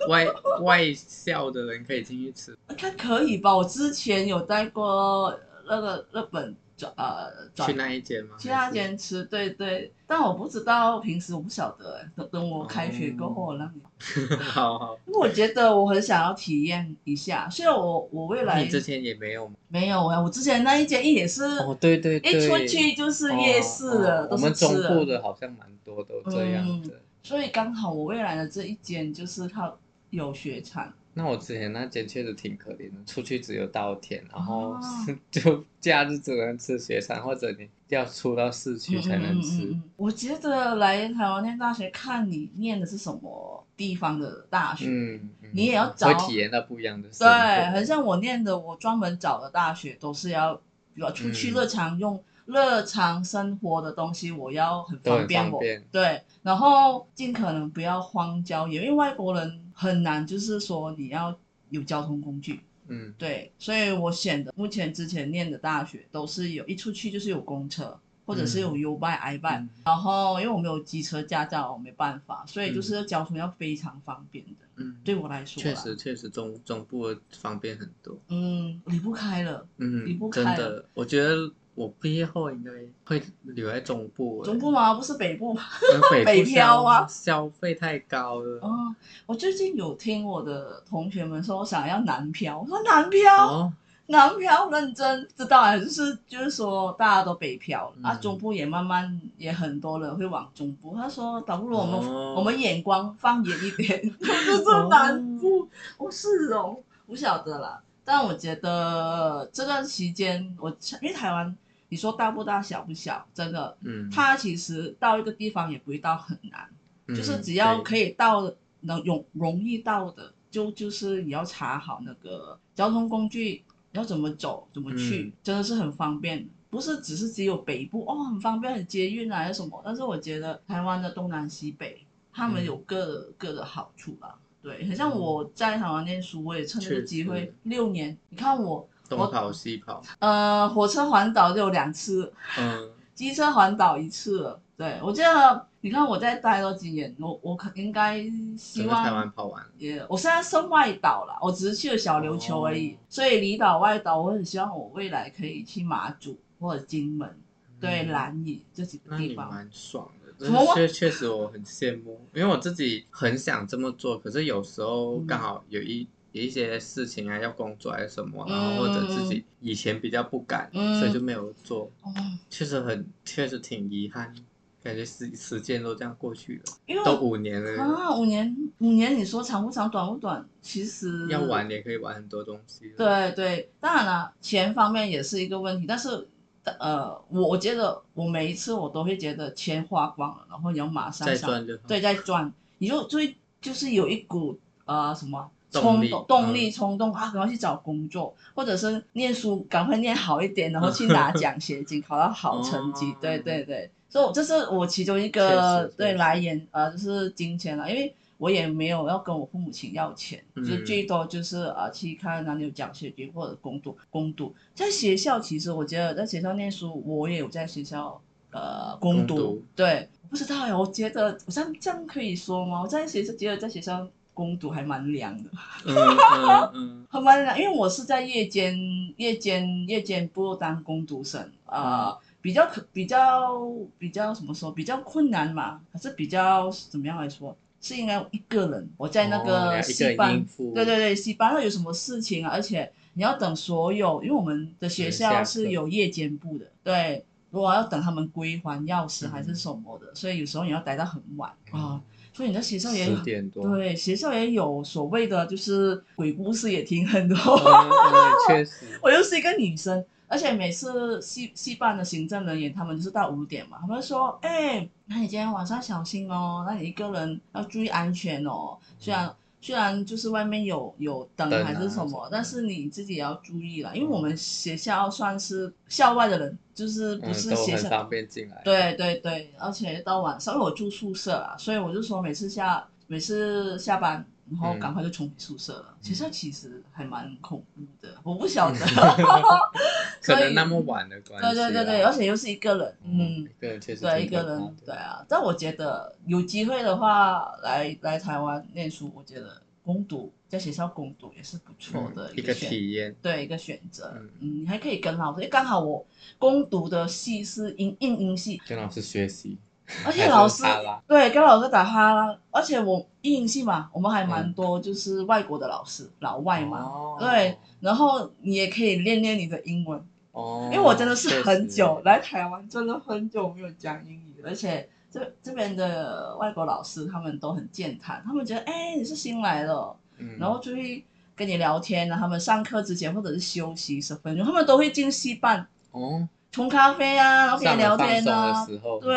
A: 外外校的人可以进去吃，
B: 应该可以吧？我之前有带过那个日本转呃转
A: 去那一间吗？
B: 去那
A: 还是。
B: 间吃，对对，但我不知道平时我不晓得欸，等等我
A: 哦
B: 开学过后我让你，
A: 好好，
B: 因为我觉得我很想要体验一下，虽然我我未来
A: 哦你之前也没有吗？
B: 没有啊，我之前那一间也是
A: 哦，对对对，
B: 一出去就是夜市了，
A: 哦哦
B: 都
A: 我
B: 是
A: 们
B: 吃
A: 中部
B: 的，嗯
A: 的好像蛮多都这样的。
B: 所以刚好我未来的这一间就是它有学餐，
A: 那我之前那间确实挺可怜的，出去只有稻田，然后
B: 哦
A: 就假日只能吃雪山，或者你要出到市区才能吃。
B: 嗯嗯嗯嗯嗯我觉得来台湾念大学，看你念的是什么地方的大学，
A: 嗯，嗯
B: 你也要找
A: 会体验到不一样的生活。
B: 对，很像我念的，我专门找的大学都是要，比如出去
A: 嗯
B: 日常用、日常生活的东西，我要很方便
A: 都很
B: 我
A: 方便
B: 对，然后尽可能不要荒郊野，因为外国人很难，就是说你要有交通工具，
A: 嗯，
B: 对，所以我选的目前之前念的大学都是有一出去就是有公车，或者是有 U bike、I bike，、
A: 嗯
B: 然后因为我没有机车驾照，我没办法，所以就是交通要非常方便的，
A: 嗯，
B: 对我来说啦
A: 确实确实中中部的方便很多。
B: 嗯，离不开了。离
A: 嗯
B: 不，开
A: 真的，我觉得我毕业后应该会留在中部、欸。
B: 中部吗？不是北部吗？
A: 因为
B: 北
A: 北
B: 漂啊
A: 啊，消费太高了。
B: 哦，我最近有听我的同学们说想要南漂，我说南漂，
A: 哦，
B: 南漂认真知道啊，就是就是说大家都北漂、
A: 嗯
B: 啊，中部也慢慢也很多人会往中部。他说，倒不如我们、
A: 哦
B: 我们眼光放远一点， 就是南部。我、是哦，不晓得啦。但我觉得这段期间，我因为台湾，你说大不大小不小，真的，
A: 嗯，
B: 它其实到一个地方也不会到很难。
A: 嗯
B: 就是只要可
A: 以，
B: 以到的能容容易到的，就就是你要查好那个交通工具要怎么走怎么去，
A: 嗯
B: 真的是很方便。不是只是只有北部哦，很方便，很捷运啊，还是什么？但是我觉得台湾的东南西北，他们
A: 嗯
B: 有各的、各的好处啦。对，很像我在台湾念书，我也趁这个
A: 确
B: 机会
A: 实
B: 六年，你看我
A: 对东跑西跑，
B: 呃火车环岛就有两次，
A: 嗯，
B: 机车环岛一次了。对，我记得你看我再待多几年，我我可应该希
A: 整个台
B: 望
A: 湾跑完了。
B: 也，我现在剩外岛了，我只是去了小琉球而已，
A: 哦
B: 所以离岛外岛，我很希望我未来可以去马祖或者金门、对
A: 嗯
B: 兰屿这几个
A: 那
B: 地
A: 你
B: 方。
A: 蛮爽的，
B: 什么
A: 确确实我很羡慕，因为我自己很想这么做，可是有时候
B: 嗯
A: 刚好有一有一些事情啊，要工作还是什么，
B: 嗯
A: 然后或者自己以前比较不敢，
B: 嗯
A: 所以就没有做，
B: 哦，
A: 确实很确实挺遗憾，感觉时时间都这样过去了，
B: 因为
A: 都
B: 我
A: 五年了，
B: 啊，五年五年，你说长不长，短不短，其实
A: 要玩也可以玩很多东西。，
B: 对对，当然了，钱方面也是一个问题，但是呃，我我觉得我每一次我都会觉得钱花光了，然后你要马上
A: 再
B: 想
A: 赚就好。
B: 对再赚，你就就会就是有一股呃什么
A: 动
B: 冲
A: 力
B: 动
A: 嗯
B: 动力冲动啊，赶快去找工作，或者是念书赶快念好一点，然 后去拿奖学金，考到好成绩，对
A: 哦
B: 对对，所以我这是我其中一
A: 确
B: 个
A: 实确
B: 对
A: 实
B: 来源呃就是金钱了，因为。我也没有要跟我父母亲要钱，就
A: 嗯
B: 最多就是呃去看哪里有奖学金或者工读工读。在学校，其实我觉得在学校念书，我也有在学校呃
A: 攻
B: 攻
A: 读
B: 对，我不知道呀，我觉得我这样这样可以说吗？我在学校觉得在学校攻读还蛮凉的，
A: 嗯嗯嗯
B: 还蛮凉，因为我是在夜间夜间夜间部落当攻读生，呃，比较可比较比较怎么说，比较困难嘛，还是比较怎么样来说？是应该一个人，我在那
A: 哦你要
B: 个
A: 一个
B: 戏
A: 人
B: 班
A: 应付
B: 对对对，戏班会有什么事情啊？而且你要等所有，因为我们的学
A: 下
B: 校
A: 课
B: 是有夜间部的，对，如果要等他们归还钥匙还是什么的，所以有时候你要待到很晚啊、
A: 嗯
B: 所以你在学校也
A: 十点多，嗯，
B: 对学校也有所谓的就是鬼故事也听很 多，
A: 嗯确实，
B: 我又是一个女生，而且每次戏戏办的行政人员，他们就是到五点嘛，他们就说，哎、那你今天晚上小心哦，那你一个人要注意安全哦。虽
A: 嗯
B: 然虽然就是外面有有灯
A: 灯啊
B: 还是什
A: 什
B: 么，
A: 么的
B: 但是你自己也要注意了，因为我们学校算是校外的人，就是 不
A: 嗯，
B: 是
A: 都
B: 学
A: 很
B: 校。
A: 方便进来，
B: 对对对，而且到晚上，因为我住宿舍啊，所以我就说每次下每次下班，然后
A: 嗯
B: 赶快就冲回宿舍了。学校其实还蛮恐怖的，我不 晓得。
A: 可
B: 所以
A: 能那么晚的关系
B: 对
A: 啦，
B: 对对对，而且又是一个人，嗯
A: 嗯，，一个人确实
B: 对一
A: 挺
B: 个
A: 可怕
B: 人，
A: 的
B: 对啊。但我觉得有机会的话，来来台湾念书，我觉得攻读在学校攻读也是不错的
A: 嗯
B: 一
A: 一个
B: 选
A: 体验，
B: 对一个选择
A: 嗯，
B: 嗯，你还可以跟老师，因为刚好我攻读的系是英应英系，
A: 跟老师学习，还
B: 而且
A: 是
B: 老师
A: 哈拉
B: 对跟老师打哈拉，而且我英系嘛，我们还蛮
A: 嗯
B: 多就是外国的老师，老外嘛，
A: 哦
B: 对，然后你也可以练练你的英文，
A: 哦，
B: 因为我真的是
A: 确
B: 很
A: 实
B: 久来台湾，真的很久没有讲英语，而且这这边的外国老师他们都很健谈，他们觉得哎你是新来的，哦
A: 嗯
B: 然后就会跟你聊天，啊然后他们上课之前或者是休息十分钟，他们都会进戏办
A: 哦，
B: 冲咖啡啊，然后跟
A: 上
B: 你
A: 了
B: 聊
A: 放
B: 天
A: 松
B: 啊
A: 的，时候，
B: 对，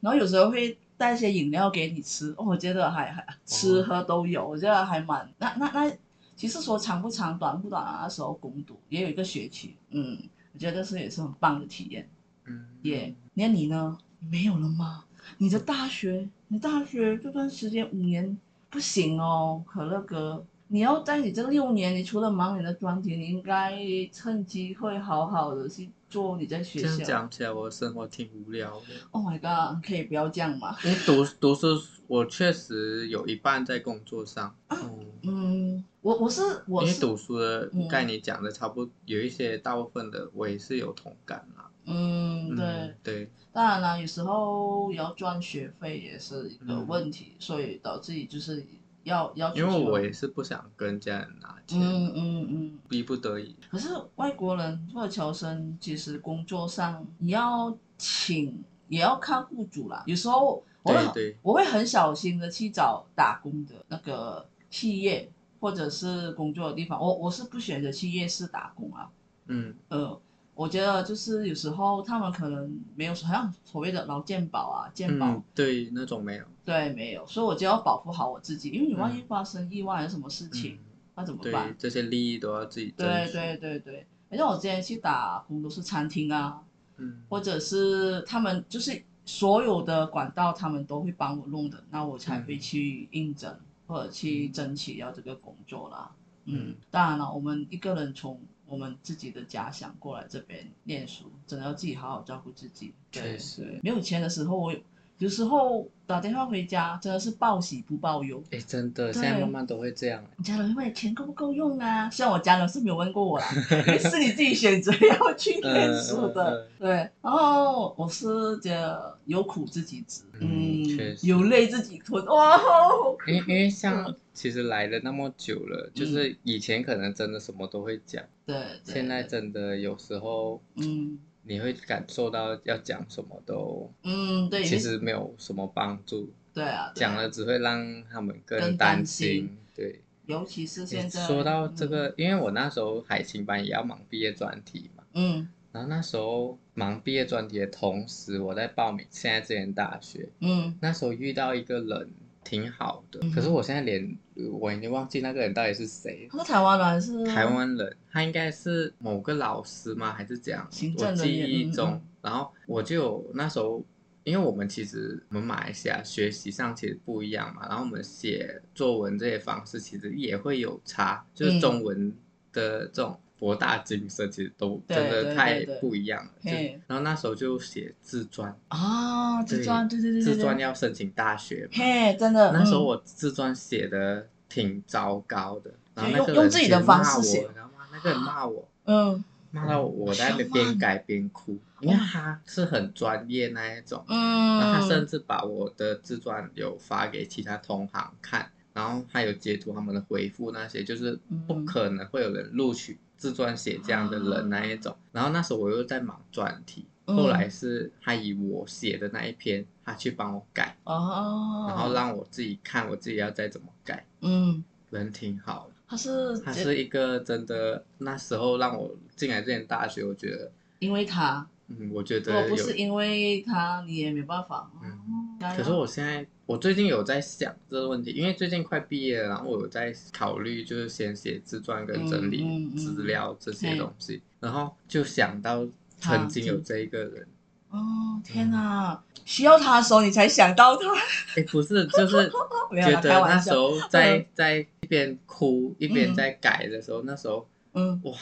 B: 然后有时候会带一些饮料给你吃，哦我觉得还还
A: 哦
B: 吃喝都有，我觉得还蛮那那那，其实说长不长短不短啊，那时候攻读也有一个学期，嗯，我觉得是也是很棒的体验。
A: 嗯，
B: 耶、那你呢？没有了吗？你的大学，你大学这段时间五年不行哦，可乐哥。你要在你这六年，你除了忙你的专题，你应该趁机会好好的去做你在学
A: 这样
B: 校。
A: 讲起来，我生活挺无聊的。
B: Oh my god，可以不要这样吗？
A: 因为读读书，我确实有一半在工作上。
B: 啊
A: 嗯，
B: 嗯，我我是我
A: 因为
B: 是
A: 读书的
B: 嗯，
A: 概你讲的差不多，有一些大部分的我也是有同感啦。
B: 嗯，对，
A: 嗯对，
B: 当然啦，有时候也要赚学费也是一个问题，所以导致于就是要要
A: 因为
B: 出去
A: 我
B: 玩
A: 也是不想跟家人拿钱，
B: 嗯嗯嗯，
A: 逼不得已。
B: 可是外国人或者侨生，其实工作上你要请也要看雇主啦，有时候我会
A: 对对，
B: 我会很小心的去找打工的那个企业或者是工作的地方，我我是不选择去夜市打工啊，
A: 嗯
B: 呃，我觉得就是有时候他们可能没有好像所谓的劳健保啊、健保，
A: 嗯，对，那种没有。
B: 对，没有，所以我就要保护好我自己，因为你万一
A: 嗯
B: 发生意外还是什么事情，
A: 嗯，
B: 那怎么
A: 对
B: 办？，
A: 这些利益都要自己争
B: 对
A: 取。
B: 对对对，而且我之前去打工都是餐厅啊，
A: 嗯，
B: 或者是他们就是所有的管道，他们都会帮我弄的，那我才会
A: 嗯
B: 去应征、或者去争取要这个工作啦。嗯
A: 嗯，
B: 当然了，我们一个人从我们自己的家乡过来这边念书，真的要自己好好照顾自己。对
A: 确实
B: 对，没有钱的时候，我有有时候打电话回家真的是报喜不报忧。
A: 哎，真的，
B: 对
A: 现在慢慢都会这样。
B: 你家人会问钱够不够用啊？虽然我家人是没有问过我啦，因为是你自己选择要去念书
A: 嗯
B: 的。
A: 嗯嗯
B: 对，然后我是觉得有苦自己吃，嗯
A: 嗯确，实
B: 有泪自己吞。哇，哦
A: 因为因为像
B: 嗯
A: 其实来了那么久了，就是以前可能真的什么都会讲，
B: 对， 嗯对
A: 现在
B: 对
A: 真的有时候
B: 嗯
A: 你会感受到要讲什么都
B: 嗯，对，
A: 其实没有什么帮助，
B: 对啊，对啊
A: 讲了只会让他们
B: 更
A: 更
B: 担
A: 担
B: 心
A: 心。对，
B: 尤其是现
A: 诶
B: 在
A: 说到这
B: 嗯
A: 个，因为我那时候海青班也要忙毕业专题嘛，
B: 嗯
A: 然后那时候忙毕业专题的同时，我在报名现在这间大学，
B: 嗯
A: 那时候遇到一个人挺好的，
B: 嗯
A: 可是我现在连我已经忘记那个人到底是谁了。
B: 他是台湾人还是
A: 台湾人，他应该是某个老师吗？还是怎样？
B: 行
A: 我
B: 政人
A: 记
B: 员嗯
A: 忆
B: 嗯
A: 中，然后我就有那时候，因为我们其实我们马来西亚学习上其实不一样嘛，然后我们写作文这些方式其实也会有差，就是
B: 嗯
A: 中文的这种博大精深，其实都
B: 对
A: 真
B: 对
A: 的太
B: 对对
A: 不一样了。就
B: 嘿
A: 然后那时候就写自传，
B: 啊？自
A: 对
B: 传，对对对对，
A: 自
B: 对
A: 传要申请大学嘛，
B: 嘿，真的，
A: 那时候
B: 嗯
A: 我自传写的挺糟糕的。然后
B: 对
A: 那个
B: 用
A: 人
B: 用自己
A: 直接
B: 的方
A: 骂
B: 式
A: 我
B: 写
A: 你知道吗？那个人骂我，
B: 嗯
A: 骂到我在那边
B: 好啊浪
A: 边
B: 漫
A: 改边哭。你看他是很专业那一种，然后他
B: 嗯
A: 甚至把我的自传有发给其他同行看，然后他有截图他们的回复那些，就是不
B: 嗯
A: 可能会有人录取自传写这样的人那一种。然后那时候我又在忙专题，
B: 啊嗯
A: 后来是他以我写的那一篇，他去帮我改，
B: 哦，
A: 然后让我自己看我自己要再怎么改，
B: 嗯，
A: 人挺好的。
B: 他是
A: 他是一个真的，那时候让我进来这间大学，我觉得，
B: 因为他，
A: 嗯，我觉
B: 如果
A: 得有
B: 不是因为他，你也没办法。
A: 嗯
B: 哦加油
A: 可是我现在，我最近有在想这个问题，因为最近快毕业了，然后我有在考虑，就是先写自传跟整理
B: 嗯嗯嗯
A: 资料这些
B: 嘿
A: 东西，然后就想到曾经有这一个人，
B: 哦，天哪！需要他的时候，你才想到他。
A: 哎，不是，就是
B: 没有啦，
A: 觉得
B: 开
A: 那
B: 玩
A: 时
B: 笑。嗯
A: 候在在一边哭一边在改的时候，那时候
B: 嗯，
A: 哇，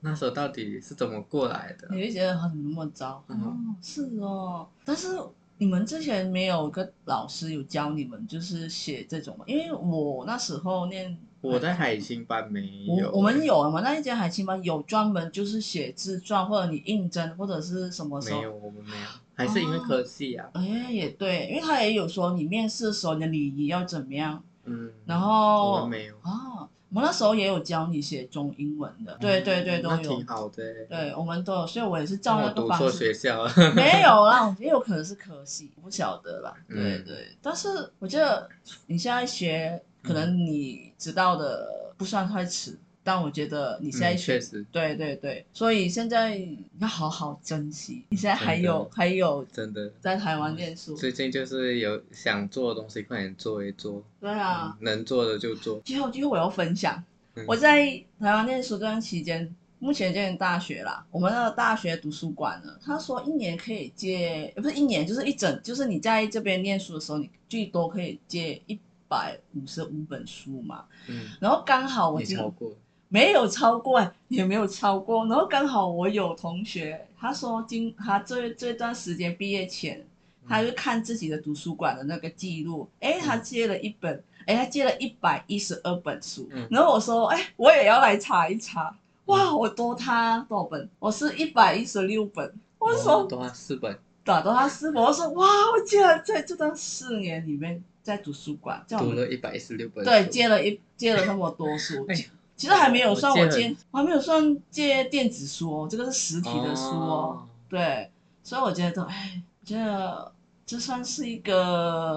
A: 那时候到底是怎么过来的？
B: 你会觉得他怎么那么糟？
A: 嗯
B: 哦，是哦。但是你们之前没有跟老师有教你们就是写这种吗？因为我那时候念
A: 我在海星班没有，
B: 我我们有啊嘛，那一间海清班有专门就是写自传，或者你应征，或者是什么时
A: 没
B: 候
A: 有，我们没有，还是因为科系啊，
B: 哎，也对，因为他也有说你面试的时候你的礼仪要怎么样，
A: 嗯，
B: 然
A: 我
B: 后
A: 们没有，
B: 啊，我们那时候也有教你写中英文的，对对对，
A: 嗯
B: 都
A: 那
B: 有
A: 挺，好的欸。
B: 对我们都有，所以我也是
A: 让
B: 照
A: 我
B: 那个
A: 读
B: 方
A: 错学，
B: 式
A: 校了。
B: 没有啦，也有可能是可惜，不晓得啦，对
A: 嗯
B: 对，但是我觉得你现在学，可能你知道的不算太迟，但我觉得你现在
A: 嗯
B: 学
A: 确实
B: 对对对，所以现在要好好珍惜。你现在还
A: 真的
B: 有还有
A: 真的，
B: 在台湾念书，
A: 最近就是有想做的东西，快点做一做，
B: 对啊。
A: 嗯能做的就做。
B: 最后最后我要分享
A: 嗯，
B: 我在台湾念书这段期间，目前念大学啦，我们那个大学图书馆呢，他说一年可以借，呃不是一年，就是一整，就是你在这边念书的时候，你最多可以借一百五十五本书嘛。
A: 嗯，
B: 然后刚好啊我
A: 你
B: 今
A: 超过，
B: 没有超过，也没有超过。然后刚好我有同学，他说今他这这段时间毕业前，他就看自己的图书馆的那个记录，诶，他借了一本，诶，他借了一百一十二本书
A: 嗯。
B: 然后我说，诶，我也要来查一查。哇，我多他多少本？我是一百一十六本。我说
A: 都要四本，
B: 打到他师傅，我说哇，我竟然在这段四年里面在图书馆，在我
A: 读
B: 们
A: 了一百一十六本书。
B: 对，借了一借了那么多书
A: 哎，
B: 其实还没有算
A: 我
B: 我
A: 借
B: 借
A: 很，
B: 我还没有算借电子书哦，这个是实体的书哦。
A: 哦，
B: 对，所以我觉得，哎，我觉得这算是一个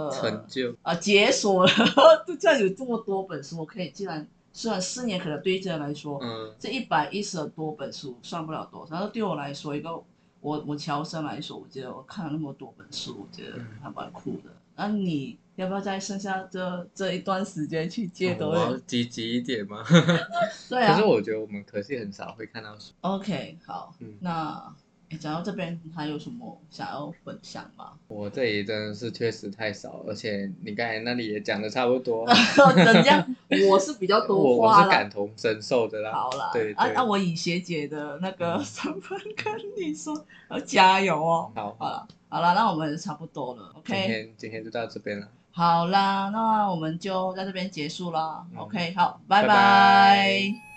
A: 哦成就。
B: 呃解锁了， 就这样有这么多本书，我可以竟然虽然四年可能对于这人来说，
A: 嗯，
B: 这一百一十多本书算不了多少，但是对我来说，一个我我乔生来说，我觉得我看了那么多本书，我觉得
A: 嗯
B: 还蛮酷的。那你要不要在剩下这这一段时间去借
A: 哦
B: 多
A: 我要
B: 点？
A: 积极一点嘛。
B: 对
A: 可
B: 啊
A: 是我觉得我们科系很少会看到书。
B: ，OK，好，
A: 嗯
B: 那诶讲到这边还有什么想要分享吗？
A: 我这里真的是确实太少，而且你刚才那里也讲的差不多，
B: 怎样？我啊是比 较
A: 我
B: 多
A: 我
B: 话
A: 是
B: 啦。
A: 感同身受的啦。
B: 好啦，
A: 对
B: 啊
A: 对
B: 啊！我以学姐的那个 身份跟你说，要加油哦！
A: 好，
B: 好了，好了，那我们差不多了
A: 今
B: ，OK。
A: 天今天就到这边了。
B: 好啦，那我们就在这边结束啦。
A: 嗯
B: OK，好，拜
A: 拜
B: 拜。
A: 拜